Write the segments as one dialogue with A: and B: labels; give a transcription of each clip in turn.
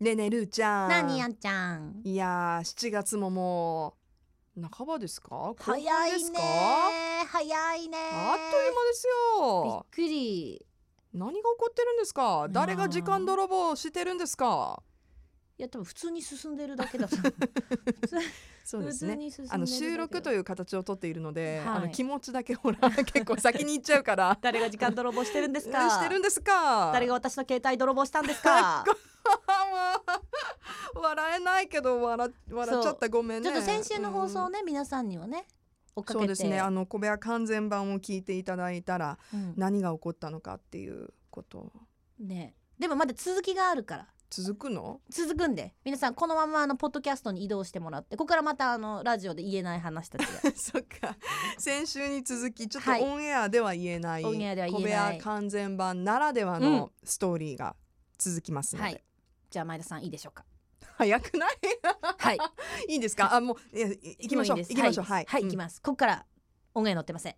A: ねえねえるーちゃん
B: なにやんちゃん
A: いやー7月ももう半ばですか後半
B: 早
A: で
B: い
A: す
B: ね
A: か
B: 早いね
A: あっという間ですよ
B: びっくり
A: 何が起こってるんですか
B: やー
A: 誰が時間泥棒してるんですか
B: いや多分普通に進んでるだけだと
A: そうです
B: 普
A: ね
B: 通に進んでるだけ
A: あの収録と
B: う
A: いう形をとっているので、
B: はい
A: あの気持ちだけほら 結構先に行っちゃう から
B: 誰が時間泥棒してるんで
A: 何
B: すか
A: してるんですか
B: 誰が私の携帯泥棒したんです か
A: 笑えないけど笑笑っちゃったごめん
B: ち
A: ね
B: ょっと先週の放送
A: うん
B: をね、皆さんにはね追っかけて
A: そうですねあの小部屋完全版を聞いていただいたら
B: うん
A: 何が起こったのかっていうこと
B: ねでもまだ続きがあるから
A: 続く の
B: 続くんで皆さんこのままあのポッドキャストに移動してもらってここからまたあのラジオで言えない話 たちが
A: そっか 先週に続きちょっ
B: はい
A: とオンエアでは言えない、
B: オンエアでは言えな
A: 小部屋
B: い
A: 完全版ならでは
B: う
A: のストーリーが続きますので、
B: はいじゃあ前田さんいいでしょうか
A: 早くない
B: はい
A: いいですかあもういやい行きましょう
B: も
A: 行
B: いいです
A: きましょう
B: は
A: はいい、
B: はい、行
A: う
B: き
A: ん
B: ますここから音源載ってません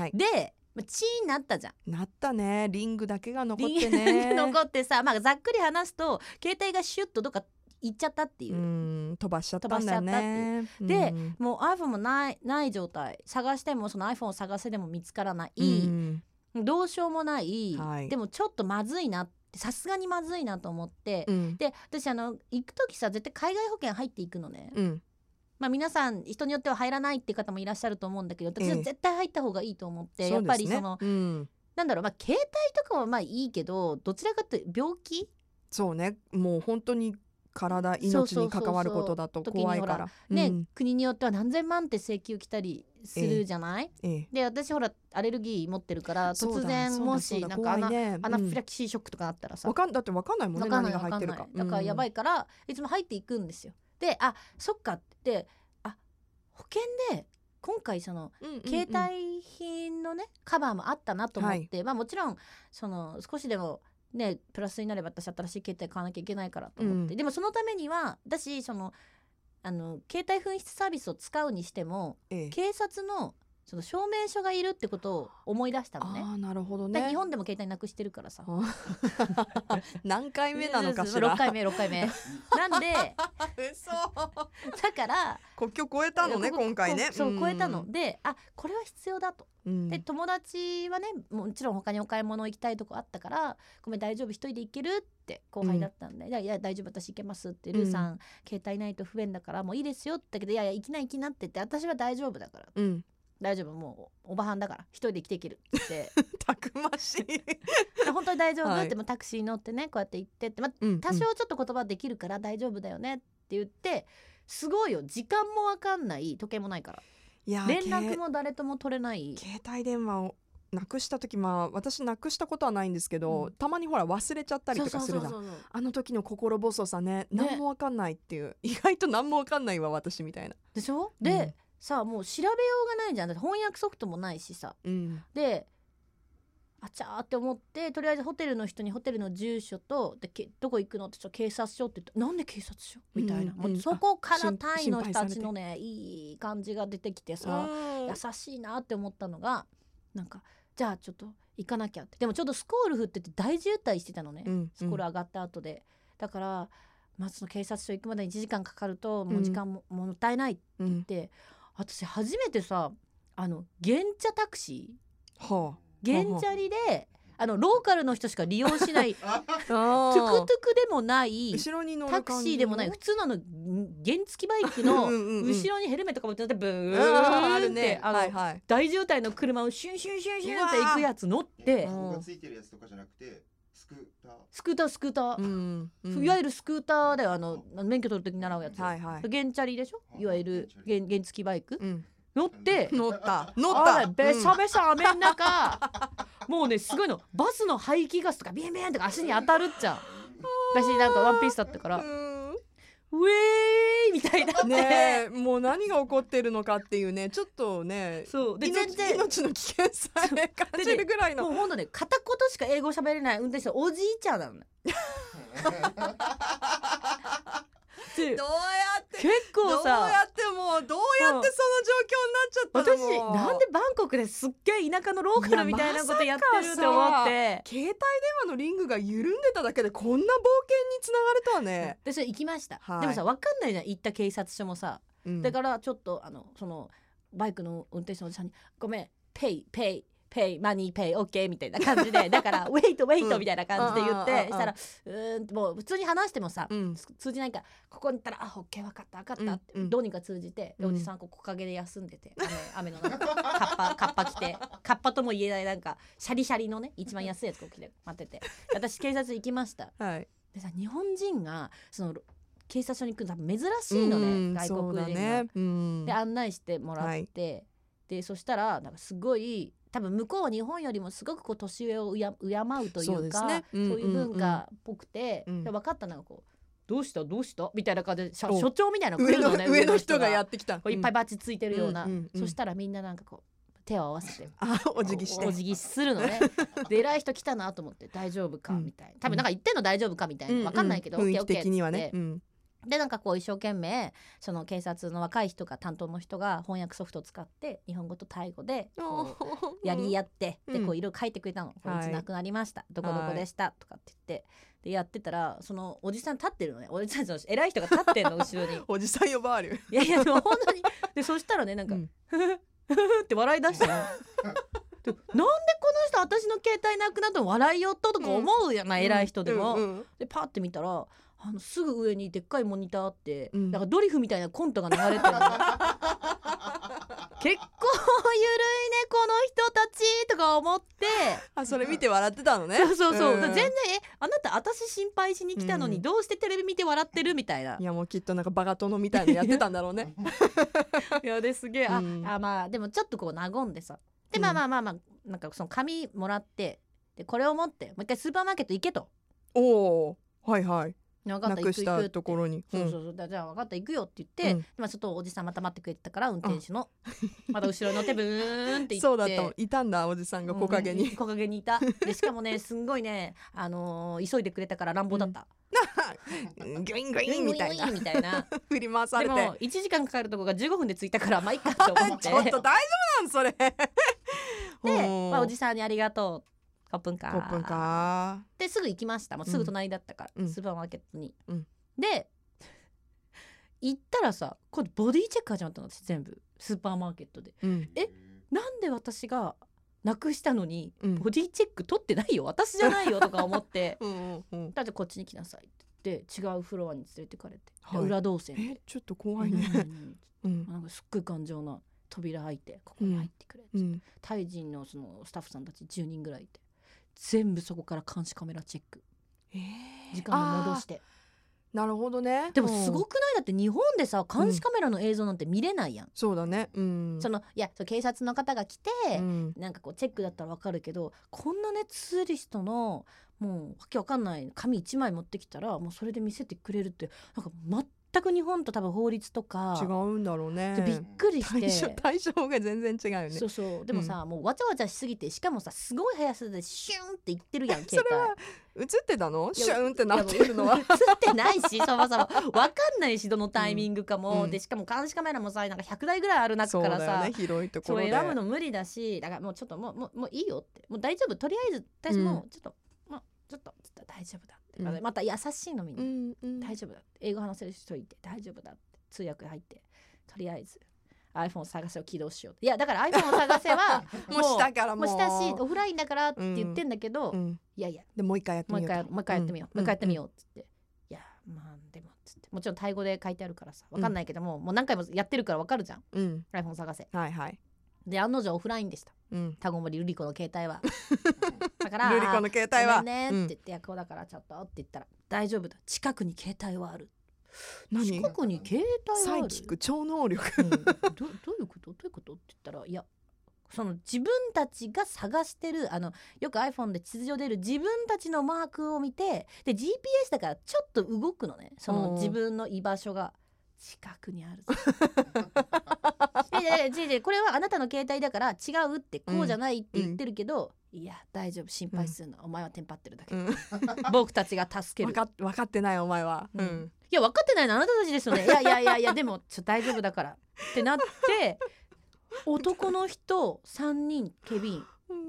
A: はい
B: でまあチーになったじゃん
A: なったねリングだけが残っ
B: リ
A: て
B: ン グ
A: ね
B: 残ってさまあざっくり話すと携帯がシュッとどっか行っちゃったっていうう、
A: ん飛ばしちゃったんだよね
B: ばしちゃったっていう
A: うん
B: もう iPhone もないない状態探してもその iPhone を探せでも見つからない、
A: うん
B: どうしようもない、
A: はい
B: でもちょっとまずいなってさすがにまずいなと思って、
A: うん
B: で私あの行く時さ絶対海外保険入っていくのね、
A: うん
B: まあ皆さん人によっては入らないっていう方もいらっしゃると思うんだけど私は
A: ええ
B: 絶対入った方がいいと思って、や
A: そう
B: っ
A: で
B: ぱ
A: す
B: り
A: ね
B: その
A: うん
B: なんだろうまあ携帯とかはまあいいけどどちらかというと病気
A: そうねもう本当に体
B: そうそう
A: 命
B: そう
A: に関わることだと怖いから
B: ね、
A: うん
B: 国によっては何千万って請求来たりするじゃない、
A: ええ
B: で私ほらアレルギー持ってるから
A: そう
B: 突
A: だ
B: 然も
A: そう
B: し
A: だ
B: な
A: そう
B: んか
A: だ
B: アナ,、
A: 怖いね
B: アナ
A: うん
B: フィラキシーショックとかあったらさ
A: わかんだってわかんないもん
B: わ
A: ね
B: かん
A: 何
B: ない
A: が
B: わ
A: 入
B: か
A: っ
B: ん
A: て
B: な
A: る
B: い
A: か
B: だからやば
A: い
B: いから、いつも入っていくんですよであそっかってあ保険で今回その携帯品のね、カバーもあったなと思って、まあもちろんその少しでもねプラスになれば私新しい携帯買わなきゃいけないからと思って、
A: うん
B: でもそのためには私そのあの携帯紛失サービスを使うにしても
A: ええ
B: 警察のその証明書がいるってことを思い出したのね。
A: ああなるほど
B: だから
A: ね
B: 日本でも携帯なくしてるからさ。
A: 何回目なのか しら
B: 6回目6回目 なんで
A: 嘘
B: だ から
A: 国境越えたのね
B: ここ
A: 今回ね
B: そう
A: うん
B: 超えたのであこれは必要だと
A: うん
B: で友達はねもちろん他にお買い物行きたいとこあったから「ごめん大丈夫一人で行ける?」って後輩だったんで「いやいや大丈夫私行けます」って「ルーさん携帯ないと不便だからもういいですよ」って言ったけど「いやいや行きな行きな」って言って「私は大丈夫だから
A: うん
B: 大丈夫もうおおばはんだから一人で生きていける」って 言って
A: たくましい
B: で「本当に大丈夫?」
A: はい
B: ってもうタクシー乗ってねこうやって行ってって、まあ、
A: うん
B: 多少ちょっと言葉できるから大丈夫だよねって言って。すごいよ時間もわかんない時計もないから
A: いや
B: 連絡
A: け
B: も誰とも取れない
A: 携帯電話をなくした時まあ私なくしたことはないんですけ
B: う
A: ど
B: ん
A: たまにほら忘れちゃったりとかするじゃん
B: そうそうそうそう
A: あの時の心細さね何もわかんないっていう、意外と何もわかんないわ私みたいな、
B: でしょ
A: う
B: で
A: ん
B: さあもう調べようがないじゃんだって翻訳ソフトもないしさ
A: うん、
B: であちゃーって思ってとりあえずホテルの人にホテルの住所とでけどこ行くのってちょっと警察署って言ってなんで警察署みたいな、
A: うんうん
B: もうそこから
A: あ心
B: タイの人たちのねいい感じが出てきてさ、
A: うん
B: 優しいなって思ったのがなんかじゃあちょっと行かなきゃってでもちょっとスコール降ってて大渋滞してたのね、
A: うん
B: スコール上がった後でだから、まあ、その警察署行くまでに1時間かかるともう時間も,、もったいないって
A: う
B: 言っ
A: ん
B: て、私初めてさあの原茶タクシ
A: は
B: ー原チャリであのローカルの人しか利用しないト ゥ
A: あ、
B: クトゥクでもない
A: 後ろに乗る
B: タクシーでもない普通のあのん原付バイクの後
A: ろ
B: ろにヘルメットかぶっててブ
A: う
B: ー
A: ん
B: ン
A: あ
B: って、
A: るね
B: あの
A: はいはい
B: 大渋滞の車をシュンシュンシュンシュンって行くやつ乗っ
A: う
B: て
A: わ
C: ここが
A: ん
C: ついてるやつとかじゃなくてスクーター
B: スクータースクーター、
A: うんうん
B: いわゆるスクーターだよあの免許取る時に習うやつ、
A: はいはい
B: 原チャリでしょいわゆる原原付バイク
A: うん
B: 乗って
A: 乗った乗っ
B: あ
A: た
B: らべしゃべしゃ雨の 中もうねすごいのバスの排気ガスとかビンビンとか足に当たるっちゃん私なんかワンピースだったからウェ
A: うん
B: ーイみたいになって、
A: ねえもう何が起こってるのかっていうねちょっとね
B: そうで全
A: 命
B: 然
A: 命の危険さえ感じるぐらい
B: も
A: の
B: うほんとね片言しか英語喋れない運転手のおじいちゃんなの ねで
A: どうやって
B: 結
A: ど
B: 構
A: うや
B: さ
A: ってもうどうやってその状況になっちゃった
B: 私
A: のもう
B: なんでバンコクでれすっげえ田舎のローカルみたいなことやってるって
A: いやま
B: 思
A: さか
B: って。
A: 携帯電話のリングが緩んでただけでこんな冒険につながるとはね、
B: でそれ行きました、
A: はい
B: でもさ分かんないじゃん行った警察署もさ、
A: うん
B: だからちょっとあのそのバイクの運転手のおじさんに「ごめんペイペイペイマニーペイオッケー」みたいな感じ でだから「ウェイトウェイト」みたいな感じで言って、
A: うんうんうんうん
B: したらうーんもう普通に話してもさ、
A: うん
B: 通じないからここに行ったら「あオッケー分かった分かった」って、
A: うんうん
B: どうにか通じて、で
A: うん
B: おじさんこう木陰で休んでて雨雨の中カッ パカッパ着てカッパとも言えないなんかシャリシャリのね一番安いやつこう着て待ってて私警察行きました
A: はい、
B: でさ日本人がその警察署に行くの多分珍しいの
A: うん
B: ね外国
A: そうだ
B: 人が。
A: ね、うん
B: で案内してもらって、でそしたらなんかすごい多分向こうは日本よりもすごくこう年上を敬敬うとい
A: そう
B: う
A: です
B: か
A: ねうん
B: そういう文化っぽくて、
A: うんうん
B: で分かったのがこう「どうしたどうした?」みたいな感じでしゃ
A: お
B: 所長みたいな来
A: 上
B: る
A: の
B: ね
A: 上の人がや
B: っ
A: ってきた
B: こういっぱいバッチついてるような、
A: うんうんうん
B: そしたらみんななんかこう手を合わせて。
A: あお辞儀して
B: お辞儀するの ねで偉い人来たなと思って大丈夫か
A: うん
B: みたいな多分なんか言ってんの大丈夫かみたいな分かんないけど、
A: う
B: オ
A: ん
B: ッ
A: 雰
B: ケー
A: 囲
B: オッ
A: 気
B: ケーっつって
A: 的にはね、うん
B: でなんかこう一生懸命その警察の若い人が担当の人が翻訳ソフトを使って日本語とタイ語でこうやり合って、
A: うん
B: で
A: うん
B: こういろいろ書いてくれたの「こい
A: は
B: つ
A: い
B: なくなりました、どこどこでした」とかって言ってでやってたらそのおじさん立ってるのねおじさんその偉い人が立ってんの後ろに
A: おじさん呼ばわる
B: いやいやでも本当にでそしたらねなんか
A: うん
B: 「ふふふふ」って笑い 出したの。でなんでこの人私の携帯なくなったの笑いよったとか思うじゃない、偉い人でも。
A: うんうん
B: でパッて見たらあのすぐ上にでっかいモニターあって、
A: うん
B: なんかドリフみたいなコントが流 れてるの結構ゆるいねこの人たちとか思って
A: あそれ見て笑ってたのね
B: そうそうそう、
A: ん
B: 全然えあなた私心配しに来たのに、
A: うん
B: どうしてテレビ見て笑ってるみたいない
A: やもうきっとなんかバカ殿みたいなのやってたんだろうね
B: いやですげえあ,、
A: うん
B: あまあでもちょっとこう和んでさで
A: うん
B: まあまあまあまあなんかその紙もらってでこれを持ってもう一回スーパーマーケット行けと。
A: おおはいはい
B: なかっ
A: な
B: た
A: くし
B: 行く行くったて
A: ところに
B: そううんそうそう、だじゃあ分かった行くよって言って、
A: うん
B: 今ちょっとおじさんまた待ってくれてたから運転手のまた後ろに乗ってブーンって行って
A: そうだったもんいたんだおじさんが木陰
B: うん
A: に
B: 木陰にいたでしかもねすんごいねあのー急いでくれたから乱暴だった、
A: グイングインみたいな
B: ウィンウィンウィンみた いな
A: 振り回さ
B: で
A: れ
B: も
A: て
B: 1時間かかるとこが15分で着いたからまあいっかと思って
A: ちょっと大丈夫なんそれで
B: で、まあ、おじさんにありがとうコップンカー
A: コップンか
B: ですぐ行きましたもうすぐ隣だったから、
A: うん
B: スーパーマーケットに、
A: うん
B: で行ったらさこれボディチェック始まったの私全部スーパーマーケットで
A: うん
B: えなんで私がなくしたのに、
A: うん
B: ボディチェック取ってないよ私じゃないよとか思って
A: うんうんうん
B: だってこっちに来なさいって言って違うフロアに連れてかれて、で
A: はい
B: 裏動線で
A: えちょっと怖いね
B: 何々
A: うん
B: なんかすっごい頑丈な扉開いてここに入ってくれって、
A: うん
B: タイ人のそのスタッフさんたち10人ぐらいいて全部そこから監視カメラチェック
A: えー
B: 時間を戻して
A: あーなるほどね
B: でもすご
A: く
B: くないだって日本でさ監視カメラの映像なんて見れないやん、
A: そうだねうん
B: そのいやその警察の方が来て、
A: うん
B: なんかこうチェックだったらわかるけどこんなねツーリストのもうわけわかんない紙1枚持ってきたらもうそれで見せてくれるってなんか全く日本と多分法律とか
A: 違うんだろうね
B: でびっくり
A: 対
B: し
A: 象
B: て。
A: 対象が全然違うよね
B: そうそうでもさ、もうわちゃわちゃしすぎてしかもさすごい速さでシュンっていってるやん携
A: それは映ってたの
B: いや
A: シューンって
B: 帯
A: なってるのは
B: 映ってないしそもそも分かんないしどのタイミングかも、
A: うん
B: でしかも監視カメラもさなんか100台ぐらいある中
A: そう
B: から
A: だよ
B: さ
A: ね広いとこ
B: そう
A: ろで
B: 選ぶの無理だしだからもうちょっともうもうもういいよってもう大丈夫とりあえず私もうちょっと、もうちょっとちょっと大丈夫だって、
A: うん
B: また優しいのみ
A: う
B: んな、
A: んうん
B: 大丈夫だって英語話せる人いて大丈夫だって通訳入ってとりあえず iPhone 探せを起動しようっていやだから iPhone を探せは
A: もうしたから
B: も
A: も
B: う
A: う
B: したしオフラインだからって言ってんだけど、
A: うん
B: いやいや
A: でもう一回やって
B: もう
A: み
B: 一
A: ようと
B: 回もう一回やってみよう、
A: ん
B: もう一回やってみようっつって、いやまあでもっつってもちろんタイ語で書いてあるからさわかんないけども、もう何回もやってるからわかるじゃん
A: うん
B: iPhone 探せ
A: はいはい
B: で案の定オフラインでした
A: うん
B: タゴモリルリコの携 帯はだから
A: ルリコの携帯は
B: ごめんね」
A: う
B: っ
A: ん
B: て言って「いやこうだからちょっと」って言ったら「大丈夫だ近くに携帯はある」
A: 何
B: 近くに携帯は
A: サ
B: ある
A: イキック超能力
B: うんど どういうことどういうことって言ったら「いやその自分たちが探してるあのよく iPhone で地図上出る自分たちのマークを見てで GPS だからちょっと動くのねそ
A: お
B: の
A: ー
B: 自分の居場所が近くに あるぞ。いやいやいや違う違うこれはあなたの携帯だから違うってこうじゃないって言ってるけど、いや大丈夫心配するな、お前はテンパってるだけ、
A: うん
B: 僕たちが助け
A: 分
B: る。
A: かっ分かってないお前は
B: う
A: うんん
B: いや分かってないのあなたたちですよねいやいやいやいやでもちょっと大丈夫だからってなって男の人3人警備員
A: うん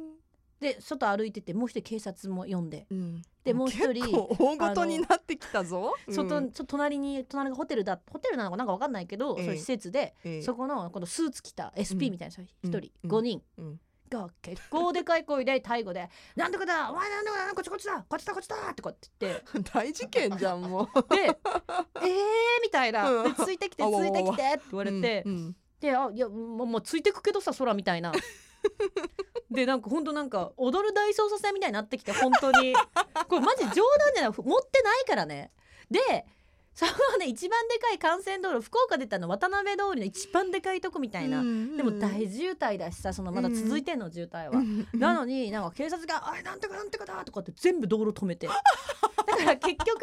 B: で外歩いててもう一人警察も呼んで
A: うん
B: でもう一人
A: 結構大ごとになってきたぞ。
B: 外、
A: う
B: ち
A: ん
B: ょっと隣に隣がホテルだホテルなのかなんかわかんないけど、
A: ええ
B: そういう施設で、
A: ええ
B: そこのこのスーツ着た
A: う
B: SP
A: ん
B: みたいな人一人、
A: うん
B: 5人
A: うん
B: が結構でかい声でタイ語で「なんとかだお前なんとかだこっちこっちだこっちだこっちだ」ってこうやって言っ て。
A: 大事件じゃんもう。
B: でえーみたいな
A: う
B: で
A: ん
B: ついてきてつ
A: あわわわ
B: いてきてって言われて、
A: うんうん
B: であいやもうもうついてくけどさ空みた いなでなんかほんとなんか踊る大捜査線みたいになってきて本当にこれマジ冗談じゃない持ってないからねでそのね一番でかい幹線道路福岡で言ったの渡辺通りの一番でかいとこみたいな、
A: うん
B: でも大渋滞だしさそのまだ続いてんの渋滞は、
A: うん
B: なのになんか警察が「あれなんとかなんとかだ」とかって全部道路止めてだから結局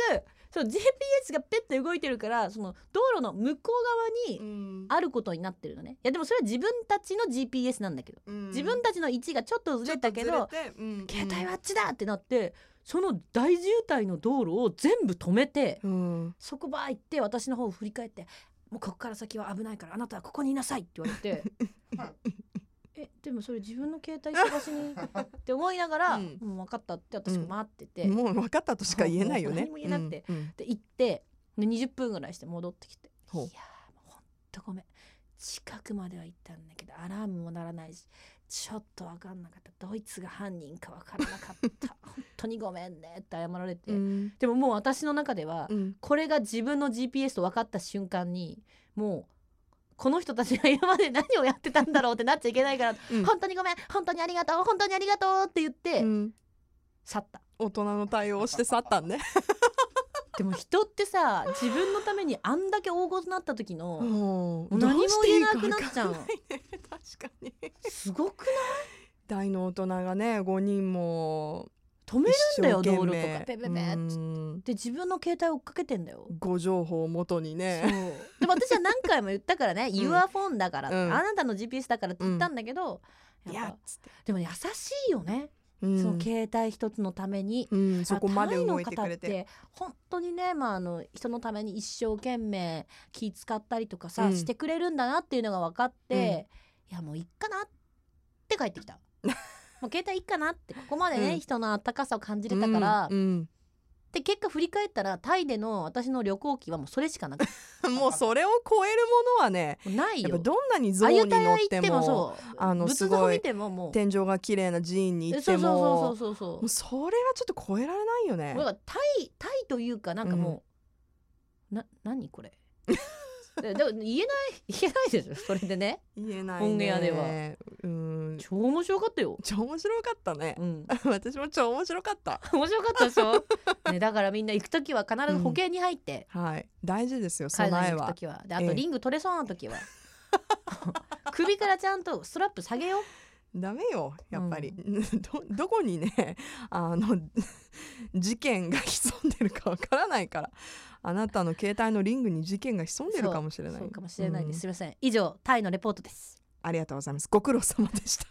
B: その GPS がペッて動いてるからその道路の向こう側
A: う
B: に
A: ん
B: あることになってるのねいやでもそれは自分たちの GPS なんだけど、
A: うん
B: 自分たちの位置がちょっとずれたけど
A: ちょっとずれてうん
B: 携帯はあっちだってなってその大渋滞の道路を全部止めて、
A: うん
B: そこばー行って私の方を振り返って「もうここから先は危ないからあなたはここにいなさい」って言 われてえでもそれ自分の携帯探しにって思いながら「
A: うん
B: もう分かった」って私
A: う
B: が
A: ん
B: 待ってて、
A: もう分かったとしか言えないよね。
B: もう何も言えなくて
A: うんうん
B: で行ってで20分ぐらいして戻ってきて「い
A: ほう
B: やーもうほんとごめん近くまでは行ったんだけどアラームも鳴らないしちょっと分かんなかったドイツが犯人か分からなか った本当にごめんね」って謝られて、
A: うん
B: でももう私の中では、
A: うん
B: これが自分の GPS と分かった瞬間にもうこの人たちが今まで何をやってたんだろうってなっちゃいけないから
A: うん
B: 本当にごめん本当にありがとう本当にありがとうって言って、
A: うん
B: 去った
A: 大人の対応をして去ったんね。
B: でも人ってさ自分のためにあんだけ大ごとなった時の、
A: も
B: う何も言えなくなっちゃ
A: ど
B: う
A: していいか分かんないね 確かに。
B: すごく
A: 大の大人がね5人も
B: 止め
A: 一
B: るんだ
A: 生
B: よ
A: 懸
B: 道路とか
A: 命
B: ペペペペっつって
A: うん
B: で自分の携帯追っかけてんだよ。
A: ご情報をもとに
B: そう
A: ね。
B: でも私は何回も言ったからね
A: ん
B: 「Your phone だから」
A: うん
B: あなたの GPS だから」って言ったんだけど、
A: い
B: やっ
A: や
B: ぱでも優しいよね、
A: うん
B: その携帯一つのために
A: うん、そこまで動いてくれ
B: タ
A: て。
B: イの方って本当にね、まあ、あの人のために一生懸命気使ったりとかさ、
A: うん
B: してくれるんだなっていうのが分かって、いやもういっかなって帰っ てきたもう携帯いっかなってここまでね、
A: うん
B: 人の温かさを感じれたから、
A: うん
B: で結果振り返ったらタイでの私の旅行記はもうそれし かなくて
A: うんもうそれを超えるものはね
B: もうない
A: やっぱ
B: よ。
A: どんなに
B: あ
A: 像
B: あ
A: に
B: い
A: 乗
B: うタイヤ
A: っ
B: 行ってても
A: も
B: そう
A: あの
B: 仏
A: す
B: 像
A: ごい
B: 見てももう
A: 天井が綺麗な寺院に行って
B: そうそう
A: も
B: そうそうそう
A: もうそれはちょっと超えられないよね
B: もう。なんかタイタイというかなんかもう、な何これ ででも言えない言えないですよそれでね
A: 言えない
B: オンエアで
A: は。うん
B: 超面白かったよ、
A: 超面白かったね。
B: うん、
A: 私も超面白かった。
B: 面白かったでしょ、ね、だからみんな行く時は必ず保険に入って、
A: はい、大事ですよ
B: 海
A: 備
B: 外
A: え
B: に行く
A: は。
B: 時はであ
A: え
B: と
A: え
B: リング取れそうな時は 首からちゃんとストラップ下げよう
A: ダメよやっぱり、 どどこにね あの事件が潜んでるかわからないからあなたの携帯のリングに事件が潜んでるかもしれない
B: そうかもしれないで
A: う
B: す、
A: ん
B: すいません以上タイのレポートです
A: ありがとうございますご苦労様でした